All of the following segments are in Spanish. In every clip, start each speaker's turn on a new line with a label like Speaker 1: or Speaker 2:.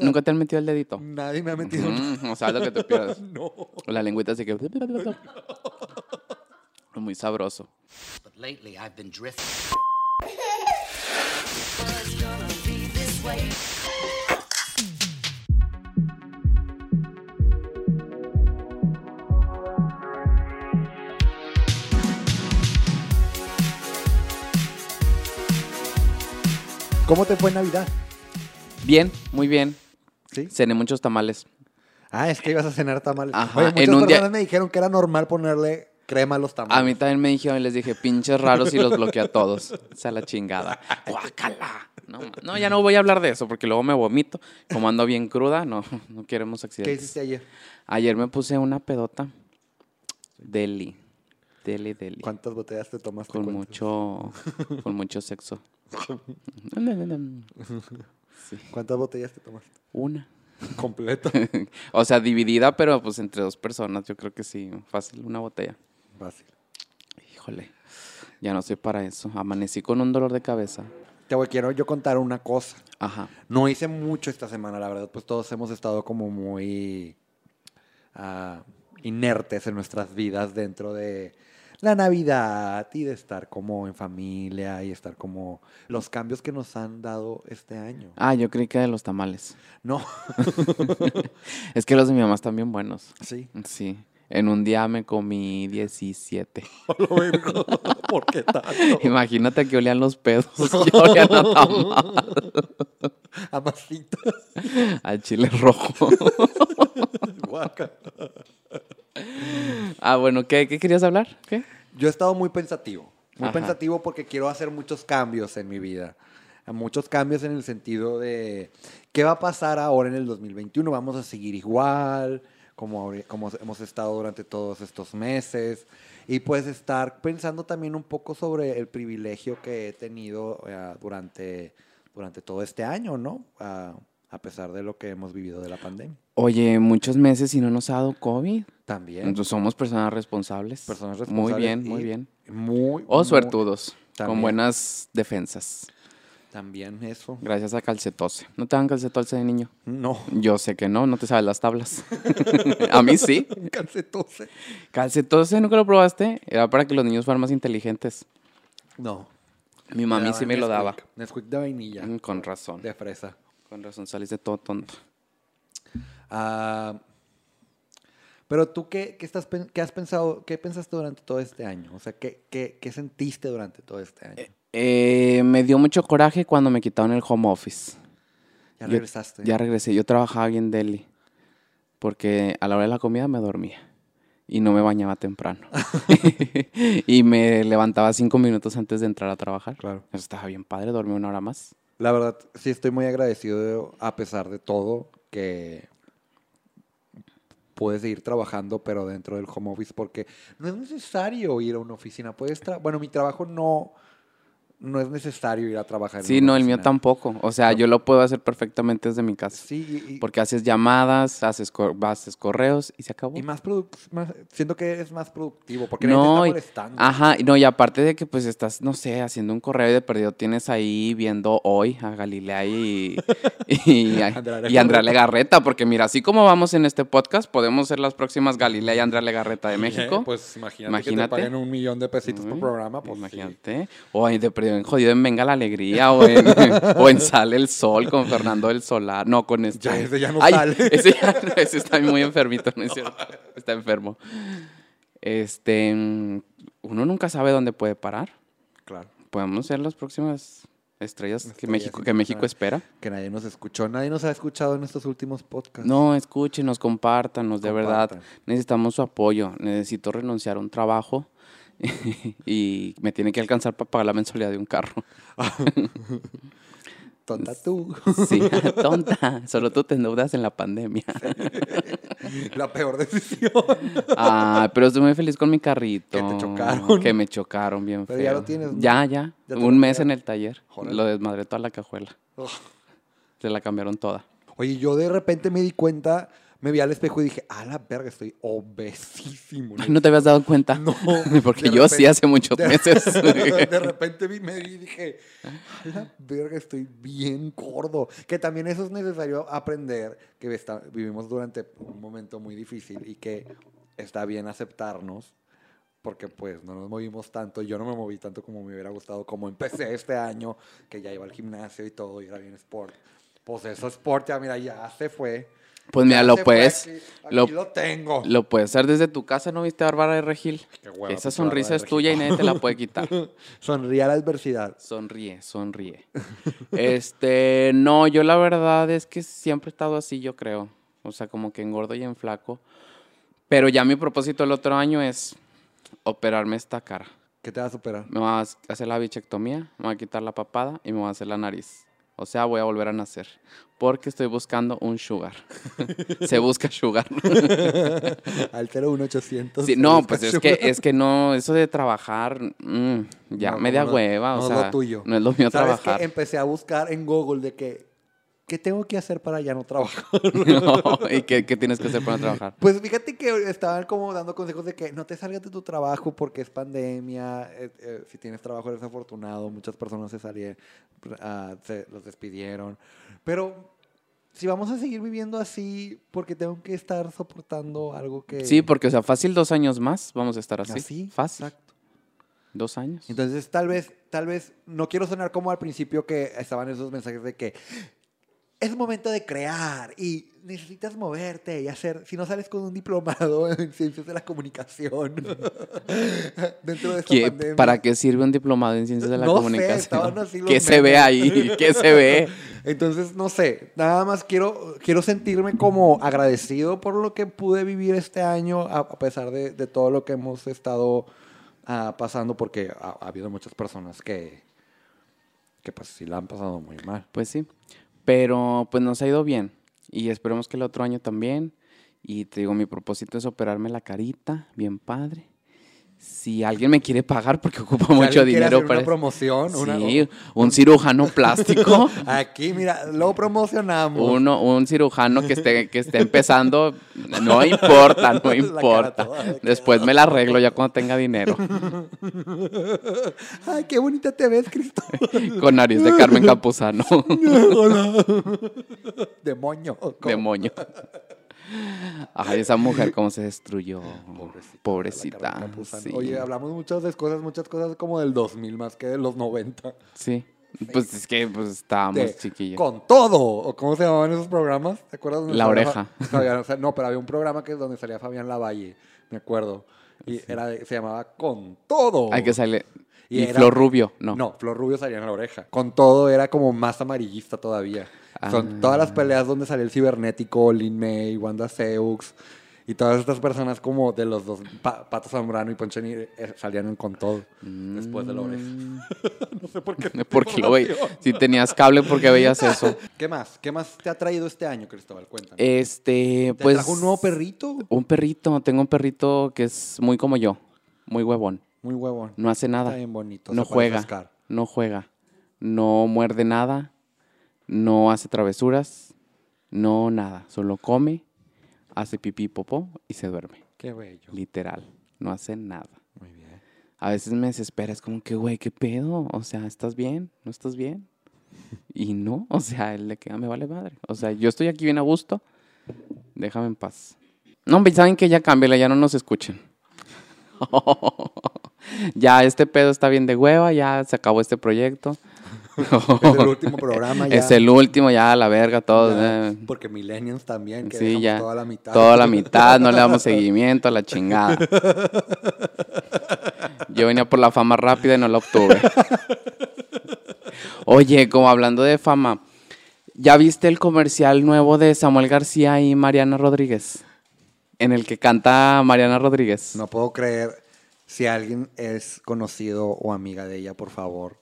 Speaker 1: ¿Nunca te han metido el dedito?
Speaker 2: Nadie me ha metido.
Speaker 1: Mm, o sea, lo que te pierdes.
Speaker 2: No.
Speaker 1: La lengüita así que... Muy sabroso.
Speaker 3: But lately I've been drifting.
Speaker 2: ¿Cómo te fue en Navidad?
Speaker 1: Bien, muy bien.
Speaker 2: Sí.
Speaker 1: Cené muchos tamales.
Speaker 2: Ah, es que ibas a cenar tamales.
Speaker 1: Ajá,
Speaker 2: Oye, muchas
Speaker 1: en un día-
Speaker 2: personas me dijeron que era normal ponerle crema a los tamales.
Speaker 1: A mí también me dijeron, les dije, pinches raros y los bloqueé a todos. O sea, la chingada. Guácala. No, ma- no, ya no voy a hablar de eso porque luego me vomito. Como ando bien cruda, no, no queremos
Speaker 2: ¿Qué
Speaker 1: accidentes.
Speaker 2: hiciste ayer?
Speaker 1: Ayer me puse una pedota. Deli. Deli, deli.
Speaker 2: ¿Cuántas botellas te tomaste?
Speaker 1: Con
Speaker 2: ¿Cuántas?
Speaker 1: mucho, con mucho sexo. Mm, Sí,
Speaker 2: ¿Cuántas botellas te tomaste?
Speaker 1: una.
Speaker 2: Completo.
Speaker 1: O sea, dividida, pero pues entre dos personas, yo creo que sí, fácil, una botella.
Speaker 2: Fácil.
Speaker 1: Híjole, ya no soy para eso. Amanecí con un dolor de cabeza.
Speaker 2: Te voy, quiero yo contar una cosa.
Speaker 1: Ajá.
Speaker 2: No hice mucho esta semana, la verdad, pues todos hemos estado como muy ah, inertes en nuestras vidas dentro de la Navidad y de estar como en familia y estar como los cambios que nos han dado este año.
Speaker 1: Ah, yo creí que de los tamales.
Speaker 2: No,
Speaker 1: Es que los de mi mamá están bien buenos.
Speaker 2: sí.
Speaker 1: Sí. En un día me comí 17.
Speaker 2: ¿Por qué tanto?
Speaker 1: Imagínate que olían los pedos. Yo olían a tamal,
Speaker 2: Amasita,
Speaker 1: a chile rojo.
Speaker 2: guaca.
Speaker 1: Ah, bueno, ¿qué, qué querías hablar? ¿Qué?
Speaker 2: Yo he estado muy pensativo. Muy
Speaker 1: Ajá.
Speaker 2: pensativo porque quiero hacer muchos cambios en mi vida. Muchos cambios en el sentido de qué va a pasar ahora en el 2021. Vamos a seguir igual, como, ahora- como hemos estado durante todos estos meses. Y pues estar pensando también un poco sobre el privilegio que he tenido eh, durante, durante todo este año, ¿no? Ah, a pesar de lo que hemos vivido de la pandemia.
Speaker 1: Oye, muchos meses y no nos ha dado COVID.
Speaker 2: También.
Speaker 1: Entonces somos personas responsables.
Speaker 2: personas
Speaker 1: Muy
Speaker 2: responsables
Speaker 1: bien,
Speaker 2: y
Speaker 1: muy bien. Oh,
Speaker 2: Muy.
Speaker 1: O
Speaker 2: muy-
Speaker 1: suertudos,
Speaker 2: También.
Speaker 1: con buenas defensas.
Speaker 2: También eso.
Speaker 1: Gracias a calcetose. ¿No te dan calcetose de niño?
Speaker 2: No.
Speaker 1: Yo sé que no, no te sabes las tablas. a mí sí.
Speaker 2: Un calcetose.
Speaker 1: Calcetose, ¿nunca lo probaste? Era para que los niños fueran más inteligentes.
Speaker 2: No.
Speaker 1: Mi mami sí me lo daba.
Speaker 2: Nesquik. Nesquik de vainilla.
Speaker 1: Mm, Con razón.
Speaker 2: De fresa.
Speaker 1: Con razón, saliste todo tonto.
Speaker 2: Ah, pero tú, qué, qué estás, pen- qué has pensado, qué pensaste durante todo este año? O sea, ¿qué, qué, qué sentiste durante todo este año?
Speaker 1: Eh, me dio mucho coraje cuando me quitaron el home office.
Speaker 2: Ya
Speaker 1: yo-
Speaker 2: regresaste.
Speaker 1: Ya regresé. Yo trabajaba bien deli. Porque a la hora de la comida me dormía. Y no me bañaba temprano. y me levantaba cinco minutos antes de entrar a trabajar.
Speaker 2: Claro.
Speaker 1: Eso estaba bien padre, dormí una hora más.
Speaker 2: La verdad, sí estoy muy agradecido, a pesar de todo, que puedes seguir trabajando, pero dentro del home office, porque no es necesario ir a una oficina. Puedes tra- bueno, mi trabajo no, no es necesario ir a trabajar. en
Speaker 1: Sí,
Speaker 2: una
Speaker 1: no, el mío
Speaker 2: oficina.
Speaker 1: tampoco. O sea, yo lo puedo hacer perfectamente desde mi casa.
Speaker 2: Sí, y, y-
Speaker 1: Porque haces llamadas, haces, cor- haces correos y se acabó.
Speaker 2: y más, produc- más- siento que eres más productivo, porque
Speaker 1: No, y-
Speaker 2: nadie
Speaker 1: ah,
Speaker 2: te está molestando.
Speaker 1: Ajá, y no, y aparte de que pues estás, no sé, haciendo un correo y de perdido tienes ahí viendo hoy a Galilea y, y, a-
Speaker 2: Andrea
Speaker 1: y a Andrea Legarreta, porque mira, así como vamos en este podcast, podemos ser las próximas Galilea y Andrea Legarreta de México.
Speaker 2: Eh, pues imagínate, que te
Speaker 1: Imagínate.
Speaker 2: paguen un millón de pesitos por
Speaker 1: Uy,
Speaker 2: programa, pues sí.
Speaker 1: Imagínate. O en- de perdido en Jodido en Venga la Alegría o en, o en Sale el Sol con Fernando del Solar. No, con este.
Speaker 2: Ya, ese ya no sale.
Speaker 1: Ese, ya- ese está muy enfermito, ¿no es cierto? Está enfermo. Este, mm, uno nunca sabe dónde puede parar.
Speaker 2: Claro.
Speaker 1: Podemos ser las próximas estrellas, que
Speaker 2: Estrellas
Speaker 1: México, que México espera.
Speaker 2: Que nadie nos escuchó, nadie nos ha escuchado en estos últimos podcasts.
Speaker 1: No, escúchenos, compártanos, de verdad.
Speaker 2: Pues Compartan.
Speaker 1: Necesitamos su apoyo. Necesito renunciar a un trabajo y me tiene que alcanzar para pagar la mensualidad de un carro.
Speaker 2: Tonta tú.
Speaker 1: Sí, tonta. Solo tú te endeudas en la pandemia.
Speaker 2: La peor decisión.
Speaker 1: Ah, pero estoy muy feliz con mi carrito.
Speaker 2: Que te chocaron.
Speaker 1: Que me chocaron bien
Speaker 2: Pero
Speaker 1: feo.
Speaker 2: ya lo tienes, ¿no?
Speaker 1: Ya, ya.
Speaker 2: Ya te lo
Speaker 1: Un mes en
Speaker 2: cambiaron.
Speaker 1: el taller.
Speaker 2: Órale.
Speaker 1: Lo desmadré toda la cajuela. Se la cambiaron toda.
Speaker 2: Oye, yo de repente me di cuenta, me vi al espejo y dije, a la verga, estoy obesísimo.
Speaker 1: Ay, ¿No te habías dado cuenta?
Speaker 2: No.
Speaker 1: Porque
Speaker 2: de
Speaker 1: yo sí
Speaker 2: repente-
Speaker 1: hace muchos
Speaker 2: de-
Speaker 1: meses.
Speaker 2: de repente vi, me vi y dije, a la verga, estoy bien gordo. Que también eso es necesario aprender, que está- vivimos durante un momento muy difícil y que está bien aceptarnos, porque pues no nos movimos tanto. Yo no me moví tanto como me hubiera gustado, como empecé este año, que ya iba al gimnasio y todo, y era bien sport. Pues eso sport ya, mira, ya se fue.
Speaker 1: Pues mira,
Speaker 2: Ya
Speaker 1: lo
Speaker 2: se fue
Speaker 1: puedes,
Speaker 2: Aquí,
Speaker 1: lo-
Speaker 2: aquí lo, tengo.
Speaker 1: lo puedes hacer desde tu casa, ¿no viste a Bárbara de Regil?
Speaker 2: Qué hueva, pues,
Speaker 1: Esa
Speaker 2: pinche
Speaker 1: sonrisa
Speaker 2: Bárbara
Speaker 1: es
Speaker 2: de
Speaker 1: tuya y
Speaker 2: Regil.
Speaker 1: nadie te la puede quitar.
Speaker 2: Sonríe a la adversidad.
Speaker 1: Sonríe, sonríe. Este, no, yo la verdad es que siempre he estado así, yo creo. O sea, como que engordo y en flaco. Pero ya mi propósito el otro año es operarme esta cara.
Speaker 2: ¿Qué te va a superar?
Speaker 1: Me voy a hacer la bichectomía, me voy a quitar la papada y me voy a hacer la nariz. O sea, voy a volver a nacer. Porque estoy buscando un sugar. Se busca sugar.
Speaker 2: Al 01800.
Speaker 1: Sí, no, pues es que, es que no, eso de trabajar, mm, ya
Speaker 2: No, no,
Speaker 1: media
Speaker 2: no,
Speaker 1: hueva. o
Speaker 2: no es
Speaker 1: sea,
Speaker 2: lo tuyo.
Speaker 1: No es lo mío
Speaker 2: ¿Sabes
Speaker 1: trabajar.
Speaker 2: qué? Empecé a buscar en Google de que, ¿qué tengo que hacer para ya no trabajar?
Speaker 1: No, ¿y qué, qué tienes que hacer para no trabajar?
Speaker 2: Pues fíjate que estaban como dando consejos de que no te salgas de tu trabajo porque es pandemia, eh, eh, si tienes trabajo eres afortunado, muchas personas se salieron, ah, se, los despidieron. Pero si vamos a seguir viviendo así, porque tengo que estar soportando algo que...
Speaker 1: Sí, porque, o sea, fácil dos años más vamos a estar así.
Speaker 2: Eh. Así,
Speaker 1: fácil.
Speaker 2: exacto.
Speaker 1: Dos años.
Speaker 2: Entonces, tal vez, tal vez, no quiero sonar como al principio que estaban esos mensajes de que es momento de crear y necesitas moverte y hacer, si no sales con un diplomado en ciencias de la comunicación dentro de esta
Speaker 1: ¿Qué-
Speaker 2: pandemia.
Speaker 1: ¿Para qué sirve un diplomado en ciencias de la
Speaker 2: No sé,
Speaker 1: comunicación?
Speaker 2: estaban así los
Speaker 1: ¿Qué se ve
Speaker 2: memes.
Speaker 1: ahí? ¿Qué se ve?
Speaker 2: Entonces, no sé, nada más quiero, quiero sentirme como agradecido por lo que pude vivir este año, a, a pesar de, de todo lo que hemos estado ah, pasando, porque ha, ha habido muchas personas que, que pues sí la han pasado muy mal.
Speaker 1: Pues sí. Pero pues nos ha ido bien. Y esperemos que el otro año también. Y te digo, mi propósito es operarme la carita, bien padre. Si alguien me quiere pagar porque ocupa
Speaker 2: Si
Speaker 1: mucho
Speaker 2: alguien quiere
Speaker 1: dinero
Speaker 2: hacer
Speaker 1: para
Speaker 2: una promoción. una-
Speaker 1: Sí, un cirujano plástico.
Speaker 2: Aquí, mira, lo promocionamos.
Speaker 1: Uno, un cirujano que esté, que esté empezando, no importa, no
Speaker 2: cara
Speaker 1: importa.
Speaker 2: toda de
Speaker 1: Después me la arreglo ya cuando tenga dinero.
Speaker 2: Ay, qué bonita te ves, Cristo.
Speaker 1: Con nariz de Carmen Campuzano.
Speaker 2: Demonio.
Speaker 1: Demonio. Ay, esa mujer cómo se destruyó. Pobrecita. Ah, sí.
Speaker 2: Oye, hablamos muchas de cosas, muchas cosas como del 2000 más que de los 90.
Speaker 1: Sí. Pues es que pues, estábamos
Speaker 2: de
Speaker 1: chiquillos.
Speaker 2: Con todo. ¿O cómo se llamaban esos programas? ¿Te acuerdas? donde
Speaker 1: La
Speaker 2: salía
Speaker 1: oreja.
Speaker 2: Fa- Fabián- o sea, no, pero había un programa que donde salía Fabián Lavalle, me acuerdo. Y era de- se llamaba Con todo.
Speaker 1: Hay que salir.
Speaker 2: Y
Speaker 1: Y,
Speaker 2: era-
Speaker 1: Flor Rubio, no.
Speaker 2: No, Flor Rubio salía en la oreja. Con todo era como más amarillista todavía. Son
Speaker 1: Ah.
Speaker 2: todas las peleas donde salía el cibernético, Lin May, Wanda Seux y todas estas personas como de los dos, Pa- Pato Zambrano y Poncho Nigre, eh, salían en con todo después de la oreja. no sé por qué. esta
Speaker 1: Mm. Porque lo veía.
Speaker 2: información.
Speaker 1: Si tenías cable, ¿por qué veías eso?
Speaker 2: ¿Qué más? ¿Qué más te ha traído este año, Cristóbal? Cuéntame.
Speaker 1: Este,
Speaker 2: ¿Te
Speaker 1: pues.
Speaker 2: trajo un nuevo perrito?
Speaker 1: Un perrito, tengo un perrito que es muy como yo, muy huevón,
Speaker 2: Muy huevón.
Speaker 1: no hace nada,
Speaker 2: Está bien bonito.
Speaker 1: no
Speaker 2: se parece a
Speaker 1: juega,
Speaker 2: Scar.
Speaker 1: no juega, no muerde nada, no hace travesuras, no nada, solo come, hace pipí, popó y se duerme,
Speaker 2: Qué bello.
Speaker 1: literal, no hace nada.
Speaker 2: Muy bien.
Speaker 1: A veces me desespera, es como que, güey, ¿qué pedo? O sea, ¿estás bien? ¿No estás bien? Y no, o sea, él le queda, "Ah, me vale madre. O sea, yo estoy aquí bien a gusto, déjame en paz. No, hombre, saben que ya cámbiala, ya no nos escuchen. ya este pedo está bien de hueva, ya se acabó este proyecto.
Speaker 2: Es el último programa ya.
Speaker 1: Es el último, ya a la verga, todo.
Speaker 2: Ya,
Speaker 1: eh.
Speaker 2: Porque millennials también, que
Speaker 1: Sí,
Speaker 2: dejamos
Speaker 1: ya.
Speaker 2: toda la mitad.
Speaker 1: Toda la mitad, no le damos seguimiento a la chingada. Yo venía por la fama rápida y no la obtuve. Oye, como hablando de fama, ¿ya viste el comercial nuevo de Samuel García y Mariana Rodríguez? En el que canta Mariana Rodríguez.
Speaker 2: No puedo creer. Si alguien es conocido o amiga de ella, por favor,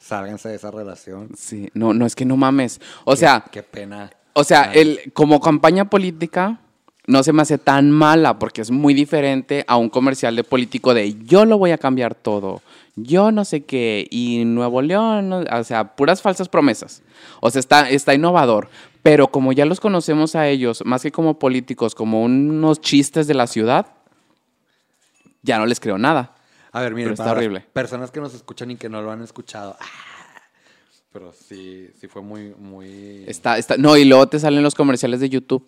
Speaker 2: sálganse de esa relación.
Speaker 1: Sí, no, no, es que no mames. O
Speaker 2: Qué-
Speaker 1: sea,
Speaker 2: Qué pena.
Speaker 1: O sea,
Speaker 2: Ay.
Speaker 1: el, como campaña política no se me hace tan mala porque es muy diferente a un comercial de político de yo lo voy a cambiar todo, yo no sé qué, y Nuevo León, no- o sea, puras falsas promesas. O sea, está, está innovador. Pero como ya los conocemos a ellos, más que como políticos, como unos chistes de la ciudad, ya no les creo nada.
Speaker 2: A ver, miren,
Speaker 1: Pero está
Speaker 2: para las
Speaker 1: horrible.
Speaker 2: personas que nos escuchan y que no lo han escuchado. ah, Pero sí, sí fue muy, muy...
Speaker 1: Está, está, no, y luego te salen los comerciales de YouTube.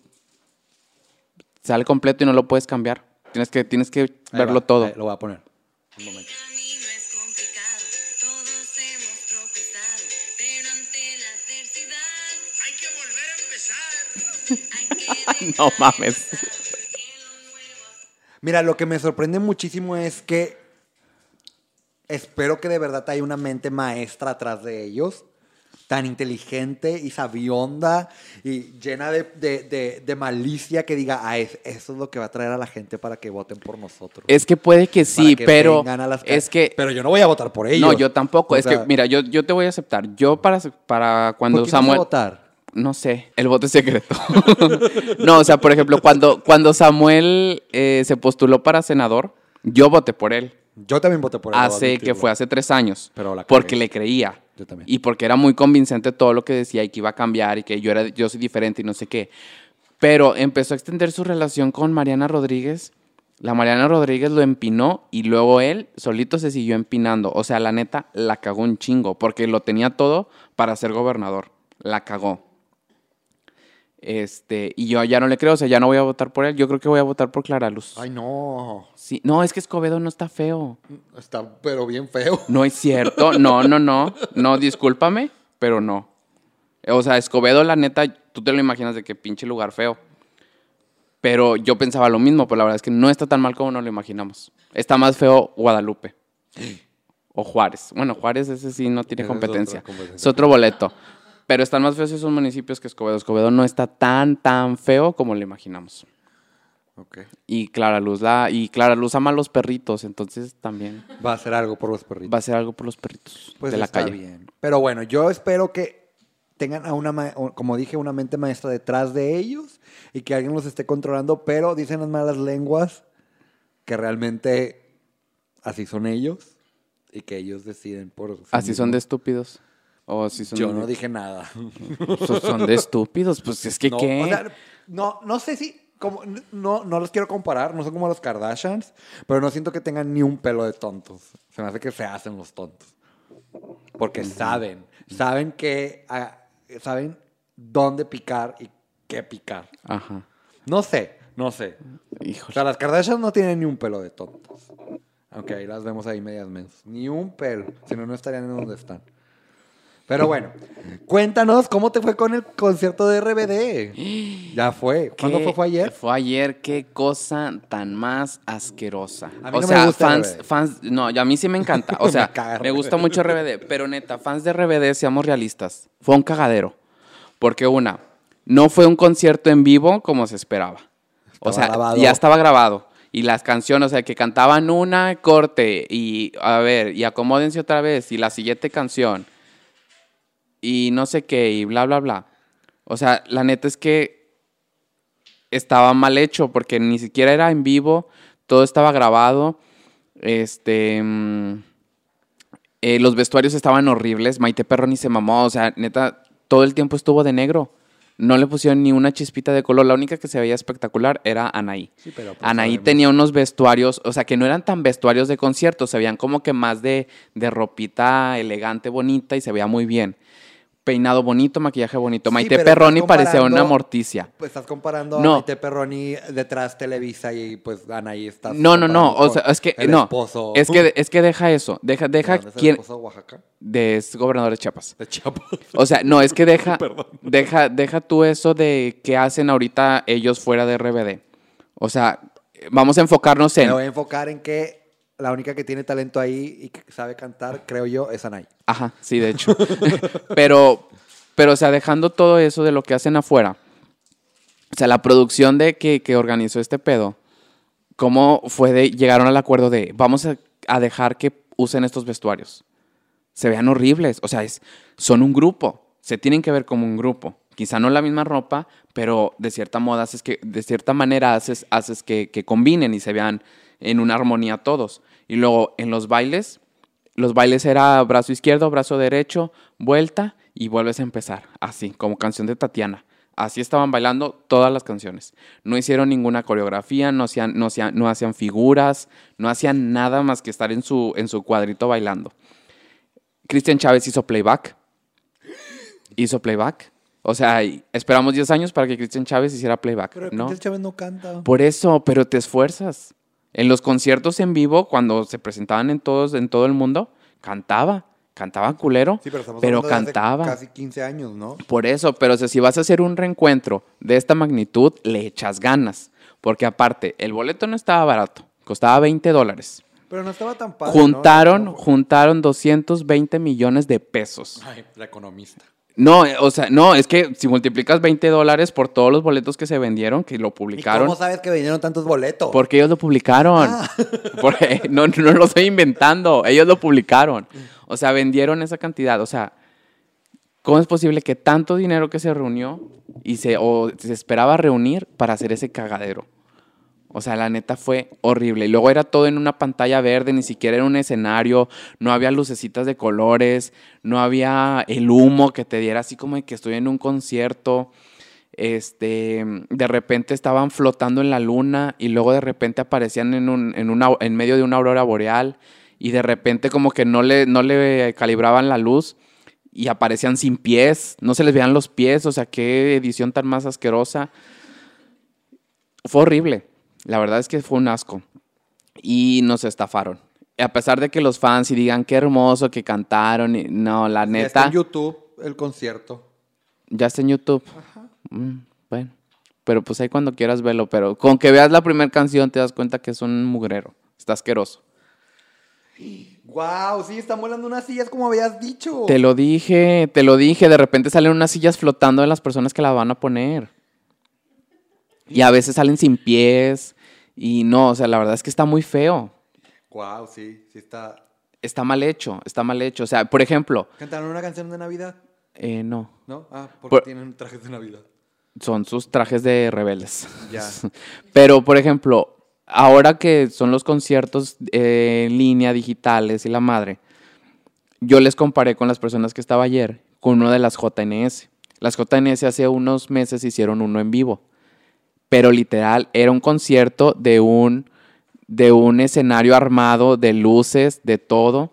Speaker 1: Sale completo y no lo puedes cambiar. Tienes que, tienes que
Speaker 2: Ahí
Speaker 1: verlo
Speaker 2: va, Eh,
Speaker 1: todo.
Speaker 2: ahí lo voy a poner. Un momento.
Speaker 4: camino es complicado, todos hemos tropezado, pero ante la adversidad
Speaker 5: Hay que volver a empezar.
Speaker 4: hay que
Speaker 1: No
Speaker 4: dejar
Speaker 1: mames.
Speaker 4: pasar, que lo nuevo
Speaker 2: Mira, lo que me sorprende muchísimo es que espero que de verdad haya una mente maestra atrás de ellos, tan inteligente y sabionda y llena de, de- de- de malicia que diga, ah, es- eso es lo que va a traer a la gente para que voten por nosotros.
Speaker 1: Es que puede que
Speaker 2: Para
Speaker 1: sí,
Speaker 2: que
Speaker 1: pero
Speaker 2: vengan a las ca-
Speaker 1: es que
Speaker 2: Pero yo no voy a votar por ellos.
Speaker 1: no, yo tampoco.
Speaker 2: O
Speaker 1: es
Speaker 2: sea,
Speaker 1: que mira, yo, yo te voy a aceptar. Yo para para
Speaker 2: ¿por
Speaker 1: cuando
Speaker 2: quién vas a
Speaker 1: Samuel
Speaker 2: votar?
Speaker 1: No sé, el voto es secreto. no, o sea, por ejemplo, cuando, cuando Samuel eh, se postuló para senador, yo voté por él.
Speaker 2: Yo también voté por ellos.
Speaker 1: hace que fue hace tres años.
Speaker 2: Pero la
Speaker 1: porque
Speaker 2: cagué.
Speaker 1: le creía.
Speaker 2: Yo también.
Speaker 1: Y porque era muy convincente todo lo que decía y que iba a cambiar y que yo, era, yo soy diferente y no sé qué. Pero empezó a extender su relación con Mariana Rodríguez. La Mariana Rodríguez lo empinó y luego él solito se siguió empinando. O sea, la neta la cagó un chingo porque lo tenía todo para ser gobernador. La cagó. Este, y yo ya no le creo, o sea, ya no voy a votar por él. Yo creo que voy a votar por Clara Luz.
Speaker 2: Ay, no.
Speaker 1: Sí, no, es que Escobedo no está feo.
Speaker 2: Está pero bien feo.
Speaker 1: No es cierto. No, no, no. No, discúlpame, pero no. O sea, Escobedo, la neta, tú te lo imaginas de qué pinche lugar feo. Pero yo pensaba lo mismo, pero la verdad es que no está tan mal como nos lo imaginamos. Está más feo Guadalupe. O Juárez. Bueno, Juárez ese sí no tiene
Speaker 2: Ese es
Speaker 1: competencia.
Speaker 2: otra competencia.
Speaker 1: Es otro boleto. Pero están más feos esos municipios que Escobedo. Escobedo no está tan, tan feo como lo imaginamos.
Speaker 2: Ok.
Speaker 1: Y Clara Luz, la, y Clara Luz ama a los perritos, entonces también
Speaker 2: Va a hacer algo por los perritos.
Speaker 1: va a ser algo por los perritos
Speaker 2: pues
Speaker 1: de la
Speaker 2: está
Speaker 1: calle.
Speaker 2: bien. Pero bueno, yo espero que tengan a una, ma- o- como dije, una mente maestra detrás de ellos y que alguien los esté controlando, pero dicen las malas lenguas que realmente así son ellos y que ellos deciden por... sí
Speaker 1: Así son de
Speaker 2: mismos.
Speaker 1: estúpidos. O si son
Speaker 2: Yo
Speaker 1: de-
Speaker 2: no dije nada.
Speaker 1: So- son de estúpidos, pues es que
Speaker 2: no,
Speaker 1: qué.
Speaker 2: o sea, no, no sé si... Como, no, no los quiero comparar, no son como los Kardashians, pero no siento que tengan ni un pelo de tontos. Se me hace que se hacen los tontos. Porque saben, saben que ah, saben dónde picar y qué picar.
Speaker 1: Ajá.
Speaker 2: No sé, no sé. O
Speaker 1: Híjole.
Speaker 2: sea, las Kardashians no tienen ni un pelo de tontos. Aunque ahí las vemos ahí medias menos. Ni un pelo. Si no, no estarían en donde están. Pero bueno, cuéntanos cómo te fue con el concierto de RBD. Ya fue. ¿Cuándo
Speaker 1: Qué-
Speaker 2: fue? ¿Fue ayer?
Speaker 1: Fue ayer, qué cosa tan más asquerosa.
Speaker 2: A mí
Speaker 1: o
Speaker 2: no me
Speaker 1: sea,
Speaker 2: gusta
Speaker 1: fans,
Speaker 2: RBD.
Speaker 1: fans, no, y a mí sí me encanta. O sea,
Speaker 2: caga
Speaker 1: me
Speaker 2: RBD.
Speaker 1: gusta mucho RBD, pero neta, fans de RBD, seamos realistas. Fue un cagadero. Porque una, no fue un concierto en vivo como se esperaba. o
Speaker 2: Estaba
Speaker 1: sea,
Speaker 2: grabado.
Speaker 1: ya estaba grabado. Y las canciones, o sea, que cantaban una corte y a ver, y acomódense otra vez, y la siguiente canción, y no sé qué, y bla, bla, bla. O sea, la neta es que estaba mal hecho porque ni siquiera era en vivo, todo estaba grabado. Este. mm, eh, los vestuarios estaban horribles. Maite Perro ni se mamó. O sea, neta, todo el tiempo estuvo de negro. No le pusieron ni una chispita de color. La única que se veía espectacular era Anaí.
Speaker 2: Sí, pero, pues,
Speaker 1: Anaí
Speaker 2: sabemos.
Speaker 1: tenía unos vestuarios, o sea, que no eran tan vestuarios de concierto. Se veían como que más de, de ropita elegante, bonita y se veía muy bien. Peinado bonito, maquillaje bonito.
Speaker 2: Sí,
Speaker 1: Maite
Speaker 2: pero estás
Speaker 1: Perroni parecía una
Speaker 2: comparando-
Speaker 1: morticia.
Speaker 2: Pues estás comparando
Speaker 1: No.
Speaker 2: a Maite Perroni detrás Televisa y pues Anaí está.
Speaker 1: No, no, no. O sea, es que
Speaker 2: el
Speaker 1: no.
Speaker 2: Esposo.
Speaker 1: Es que es que deja eso. Deja, deja
Speaker 2: ¿Dónde es el
Speaker 1: quién
Speaker 2: esposo de Oaxaca?
Speaker 1: de es gobernador de Chiapas.
Speaker 2: De Chiapas.
Speaker 1: O sea, no, es que deja, deja, deja tú eso de qué hacen ahorita ellos fuera de RBD. O sea, vamos a enfocarnos
Speaker 2: Me
Speaker 1: en.
Speaker 2: voy a enfocar en que la única que tiene talento ahí y que sabe cantar, creo yo, es Anaí.
Speaker 1: Ajá, sí, de hecho. pero, pero, o sea, dejando todo eso de lo que hacen afuera, o sea, la producción de que, que organizó este pedo, ¿cómo fue de, llegaron al acuerdo de, vamos a, a dejar que usen estos vestuarios? Se vean horribles, o sea, es, son un grupo, se tienen que ver como un grupo. Quizá no la misma ropa, pero de cierta moda haces que, de cierta manera haces, haces que, que combinen y se vean en una armonía todos. Y luego en los bailes, los bailes era brazo izquierdo, brazo derecho, vuelta y vuelves a empezar, así, como canción de Tatiana. Así estaban bailando todas las canciones. No hicieron ninguna coreografía, no hacían, no hacían, no hacían figuras, no hacían nada más que estar en su, en su cuadrito bailando. Cristian Chávez hizo playback. Hizo playback. O sea, y esperamos 10 años para que Cristian Chávez hiciera playback.
Speaker 2: Pero
Speaker 1: ¿no?
Speaker 2: Cristian Chávez no canta.
Speaker 1: Por eso, pero te esfuerzas. En los conciertos en vivo, cuando se presentaban en todos, en todo el mundo, cantaba, cantaba culero,
Speaker 2: Sí, pero estamos hablando de hace
Speaker 1: cantaba.
Speaker 2: Casi 15 años, ¿no?
Speaker 1: Por eso, pero o sea, si vas a hacer un reencuentro de esta magnitud, le echas ganas. Porque aparte, el boleto no estaba barato, costaba 20 dólares.
Speaker 2: Pero no estaba tan padre. ¿no?
Speaker 1: juntaron,
Speaker 2: No,
Speaker 1: juntaron 220 millones de pesos.
Speaker 2: Ay, la economista.
Speaker 1: No, eh, o sea, no, es que si multiplicas 20 dólares por todos los boletos que se vendieron, que lo
Speaker 2: ¿Y
Speaker 1: publicaron.
Speaker 2: cómo sabes que vinieron tantos boletos?
Speaker 1: Porque ellos lo publicaron. Porque- no, no lo estoy inventando. Ellos lo publicaron. O sea, vendieron esa cantidad. O sea, ¿cómo es posible que tanto dinero que se reunió y se, o se esperaba reunir para hacer ese cagadero? O sea, la neta fue horrible. Y luego era todo en una pantalla verde, ni siquiera era un escenario, no había lucecitas de colores, no había el humo que te diera así como de que estoy en un concierto. Este, de repente estaban flotando en la luna y luego de repente aparecían en, un, en, una, en medio de una aurora boreal y de repente como que no le, no le calibraban la luz y aparecían sin pies, no se les veían los pies, o sea, qué edición tan más asquerosa. Fue horrible, la verdad es que fue un asco y nos estafaron. A pesar de que los fans y digan qué hermoso que cantaron, y- no, la
Speaker 2: Ya
Speaker 1: neta
Speaker 2: está en YouTube el concierto.
Speaker 1: ya está en YouTube. Mm, bueno, pero pues ahí cuando quieras verlo, pero con que veas la primera canción te das cuenta que es un mugrero, está asqueroso.
Speaker 2: Wow, sí, están volando unas sillas como habías dicho.
Speaker 1: Te lo dije, te lo dije, de repente salen unas sillas flotando de las personas que la van a poner. Y a veces salen sin pies y no, o sea, la verdad es que está muy feo.
Speaker 2: Wow, sí, sí está.
Speaker 1: Está mal hecho, está mal hecho. O sea, por ejemplo,
Speaker 2: Cantaron una canción de Navidad,
Speaker 1: eh, no,
Speaker 2: ¿no? Ah, porque
Speaker 1: Por-
Speaker 2: tienen trajes de Navidad.
Speaker 1: son sus trajes de rebeldes.
Speaker 2: Ya.
Speaker 1: Pero, por ejemplo, ahora que son los conciertos eh, en línea, digitales y la madre, yo les comparé con las personas que estaba ayer con una de las JNS. Las JNS hace unos meses hicieron uno en vivo. Pero literal, era un concierto de un, de un escenario armado, de luces, de todo.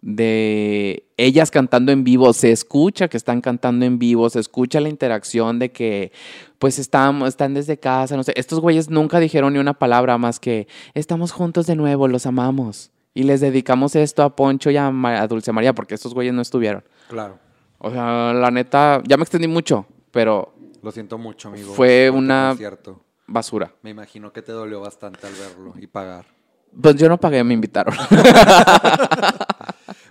Speaker 1: De ellas cantando en vivo, se escucha que están cantando en vivo, se escucha la interacción de que pues estamos, están desde casa, no sé. Estos güeyes nunca dijeron ni una palabra más que estamos juntos de nuevo, los amamos. Y les dedicamos esto a Poncho y a, Ma- a Dulce María, porque estos güeyes no estuvieron.
Speaker 2: Claro.
Speaker 1: O sea, la neta, ya me extendí mucho, pero
Speaker 2: Lo siento mucho, amigo.
Speaker 1: Fue
Speaker 2: por tu
Speaker 1: una-
Speaker 2: concierto.
Speaker 1: basura.
Speaker 2: Me imagino que te dolió bastante al verlo y pagar.
Speaker 1: Pues yo no pagué, me invitaron.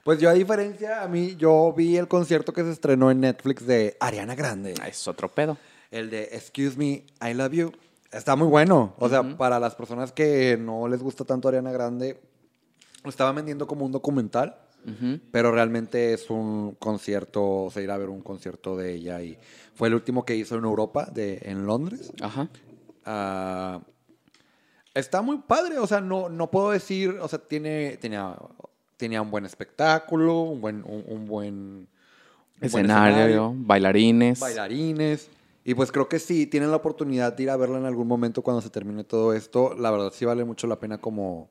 Speaker 2: Pues yo, a diferencia, a mí, yo vi el concierto que se estrenó en Netflix de Ariana Grande.
Speaker 1: es otro pedo.
Speaker 2: El de Excuse Me, I Love You. Está muy bueno. O sea, para las personas que no les gusta tanto Ariana Grande, lo estaba vendiendo como un documental, pero realmente es un concierto, o sea, ir a ver un concierto de ella. Y fue el último que hizo en Europa, de, en Londres.
Speaker 1: Ajá.
Speaker 2: Ah, está muy padre, o sea, no, no puedo decir, o sea, tiene, tenía, tenía un buen espectáculo, un buen, un, un buen, un buen
Speaker 1: Escenario, bailarines.
Speaker 2: bailarines. Y pues creo que si tienen la oportunidad de ir a verla en algún momento cuando se termine todo esto, la verdad sí vale mucho la pena como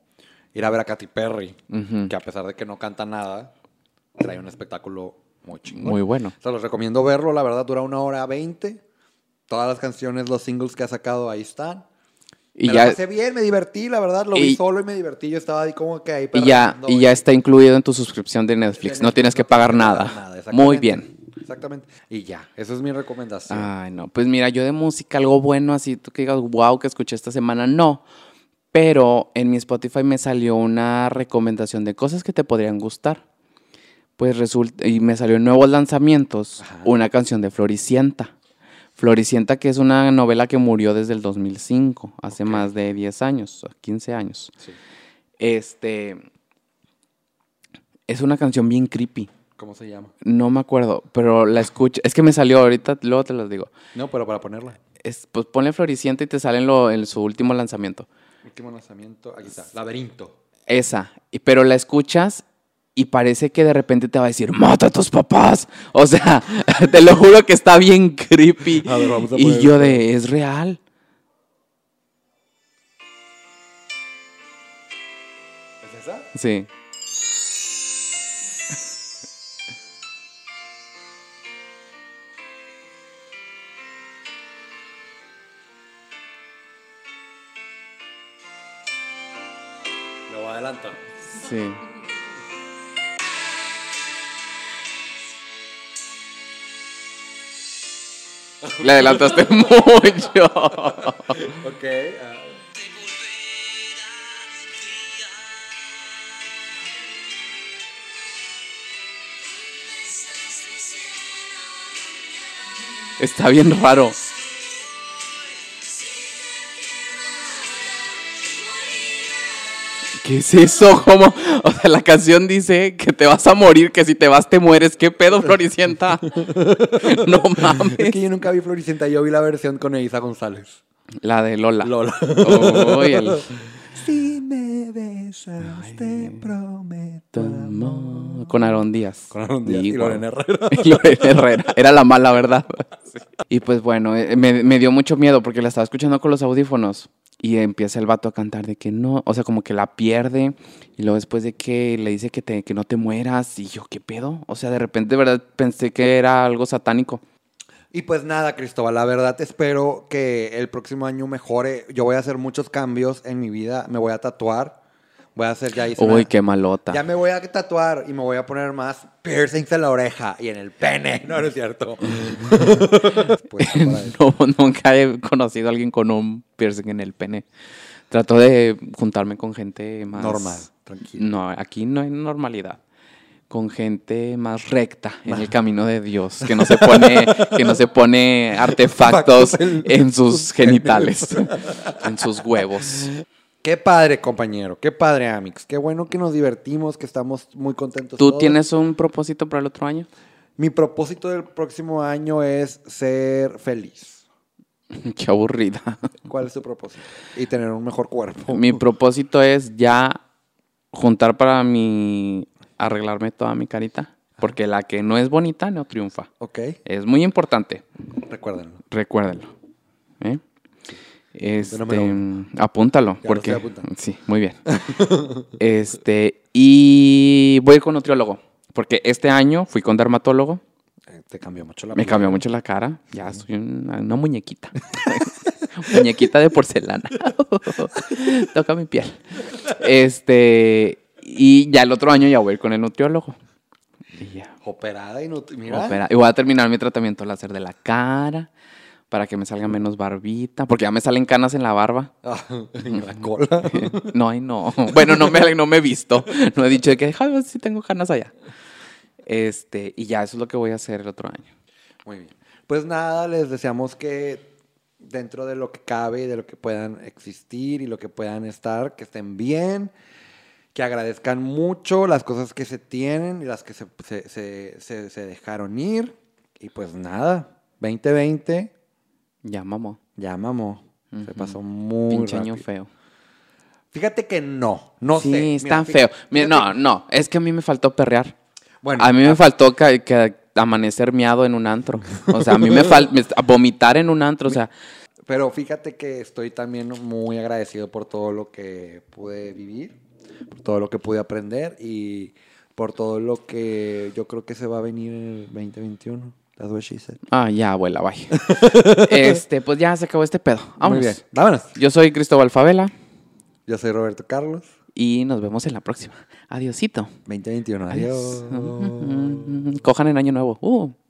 Speaker 2: ir a ver a Katy Perry,
Speaker 1: Ujú.
Speaker 2: que a pesar de que no canta nada, trae un espectáculo muy chingón.
Speaker 1: Muy bueno.
Speaker 2: Se los recomiendo verlo, la verdad dura una hora veinte. Todas las canciones, los singles que ha sacado ahí están.
Speaker 1: Y
Speaker 2: me
Speaker 1: ya,
Speaker 2: la pasé bien, me divertí, la verdad, lo
Speaker 1: Y-
Speaker 2: vi solo y me divertí. Yo estaba ahí como que ahí
Speaker 1: y ya,
Speaker 2: perreando
Speaker 1: y ya está incluido en tu suscripción de Netflix. No tienes que pagar nada. Muy
Speaker 2: exactamente.
Speaker 1: bien.
Speaker 2: Exactamente. Y ya, eso es mi recomendación.
Speaker 1: Ay, no. Pues mira, yo de música, algo bueno, así tú que digas, wow, que escuché esta semana, no. Pero en mi Spotify me salió una recomendación de cosas que te podrían gustar. Pues resulta, y me salió en nuevos lanzamientos,
Speaker 2: Ajá.
Speaker 1: una canción de Floricienta. Floricienta, que es una novela que murió desde el 2005, hace más de 10 años, 15 años.
Speaker 2: Sí.
Speaker 1: Este. Es una canción bien creepy.
Speaker 2: ¿Cómo se llama?
Speaker 1: No me acuerdo, pero la escucho. Es que me salió ahorita, luego te los digo.
Speaker 2: No, pero para ponerla.
Speaker 1: Es- pues ponle Floricienta y te sale en, lo- en su último lanzamiento.
Speaker 2: Último lanzamiento. Aquí está. Laberinto.
Speaker 1: Esa. Y- Pero la escuchas y parece que de repente te va a decir, mata a tus papás. O sea, te lo juro que está bien creepy.
Speaker 2: A ver, vamos a
Speaker 1: y
Speaker 2: poner-
Speaker 1: yo de, es real.
Speaker 2: ¿Es esa?
Speaker 1: Sí.
Speaker 2: Lo voy a adelantar.
Speaker 1: Sí. Le adelantaste mucho.
Speaker 2: Ok. ah.
Speaker 4: Te volverás
Speaker 1: Está bien raro. ¿Qué es eso? ¿Cómo? O sea, la canción dice que te vas a morir, que si te vas te mueres. ¿Qué pedo, Floricienta? No
Speaker 2: Es que
Speaker 1: mames.
Speaker 2: yo nunca vi Floricienta, yo vi la versión con Elisa González.
Speaker 1: La de Lola.
Speaker 2: Lola.
Speaker 1: Uy, el-
Speaker 2: Si me besas, te prometo
Speaker 1: Con Aaron Díaz.
Speaker 2: Con Aaron Díaz y
Speaker 1: guau.
Speaker 2: Lorena Herrera.
Speaker 1: Y Lorena Herrera. Era la mala, ¿verdad? Y pues bueno, eh, me, me dio mucho miedo porque la estaba escuchando con los audífonos. Y empieza el vato a cantar de que no, o sea, como que la pierde. Y luego después de que le dice que, te, que no te mueras. Y yo, ¿qué pedo? O sea, de repente, de verdad, pensé que era algo satánico.
Speaker 2: Y pues nada, Cristóbal, la verdad espero que el próximo año mejore. Yo voy a hacer muchos cambios en mi vida. Me voy a tatuar. Voy a hacer ya hice
Speaker 1: Uy,
Speaker 2: una-
Speaker 1: qué malota.
Speaker 2: Ya me voy a tatuar y me voy a poner más piercings en la oreja y en el pene. No, no es cierto. Pues, para-
Speaker 1: No, nunca he conocido a alguien con un piercing en el pene. Trato de juntarme con gente más...
Speaker 2: Normal, tranquilo.
Speaker 1: No, aquí no hay normalidad. Con gente más recta en el camino de Dios, que no se pone, que no se pone artefactos
Speaker 2: Factos en-
Speaker 1: en sus genitales, en sus huevos.
Speaker 2: Qué padre, compañero. Qué padre, Amix. Qué bueno que nos divertimos, que estamos muy contentos.
Speaker 1: ¿Tú
Speaker 2: todos.
Speaker 1: tienes un propósito para el otro año?
Speaker 2: Mi propósito del próximo año es ser feliz.
Speaker 1: Qué aburrida.
Speaker 2: ¿Cuál es tu propósito? Y tener un mejor cuerpo.
Speaker 1: Mi propósito es ya juntar para mi arreglarme toda mi carita, porque la que no es bonita no triunfa.
Speaker 2: Ok,
Speaker 1: Es muy importante.
Speaker 2: recuérdenlo.
Speaker 1: Recuérdalo. ¿eh? Este,
Speaker 2: número
Speaker 1: apúntalo,
Speaker 2: Ya lo
Speaker 1: porque
Speaker 2: estoy apuntando.
Speaker 1: sí, muy bien. este, y voy con nutriólogo, porque este año fui con dermatólogo,
Speaker 2: Eh, Te cambió mucho la
Speaker 1: me
Speaker 2: piel.
Speaker 1: cambió mucho la cara, ya soy una, una muñequita. muñequita de porcelana. Toca mi piel. Este, y ya el otro año ya voy a ir con el nutriólogo. Y ya.
Speaker 2: Operada y no... Mira.
Speaker 1: Opera- Y voy a terminar mi tratamiento láser de la cara para que me salga menos barbita, porque ya me salen canas en la barba.
Speaker 2: Ah, en la cola.
Speaker 1: No, ay, no. Bueno, no me, no me he visto. No he dicho de que, déjame ver si tengo canas allá. Este, y ya eso es lo que voy a hacer el otro año.
Speaker 2: Muy bien. Pues nada, les deseamos que dentro de lo que cabe y de lo que puedan existir y lo que puedan estar, que estén bien, que agradezcan mucho las cosas que se tienen y las que se, se- se- se- se dejaron ir. Y pues nada, 2020
Speaker 1: Ya, mamó.
Speaker 2: ya mamó. Se pasó muy
Speaker 1: Pinche año
Speaker 2: rápido.
Speaker 1: feo.
Speaker 2: Fíjate que no, no
Speaker 1: sí,
Speaker 2: sé. Mira,
Speaker 1: está
Speaker 2: fí-
Speaker 1: feo. Mira, no,
Speaker 2: fíjate-
Speaker 1: no. Es que a mí me faltó perrear.
Speaker 2: Bueno, ah.
Speaker 1: a mí me faltó que, que amanecer miado en un antro. O sea, a mí me faltó vomitar en un antro. O sea,
Speaker 2: Pero fíjate que estoy también muy agradecido por todo lo que pude vivir, por todo lo que pude aprender y por todo lo que yo creo que se va a venir en el 2021. That's what she said.
Speaker 1: Ah, ya, abuela, bye. este, pues ya se acabó este pedo. Vamos.
Speaker 2: Muy bien. Vámonos.
Speaker 1: Yo soy Cristóbal Favela
Speaker 2: Yo soy Roberto Carlos.
Speaker 1: y nos vemos en la próxima. Adiosito.
Speaker 2: 2021.
Speaker 1: Adiós.
Speaker 2: Adiós.
Speaker 1: Cojan en año nuevo. Uh.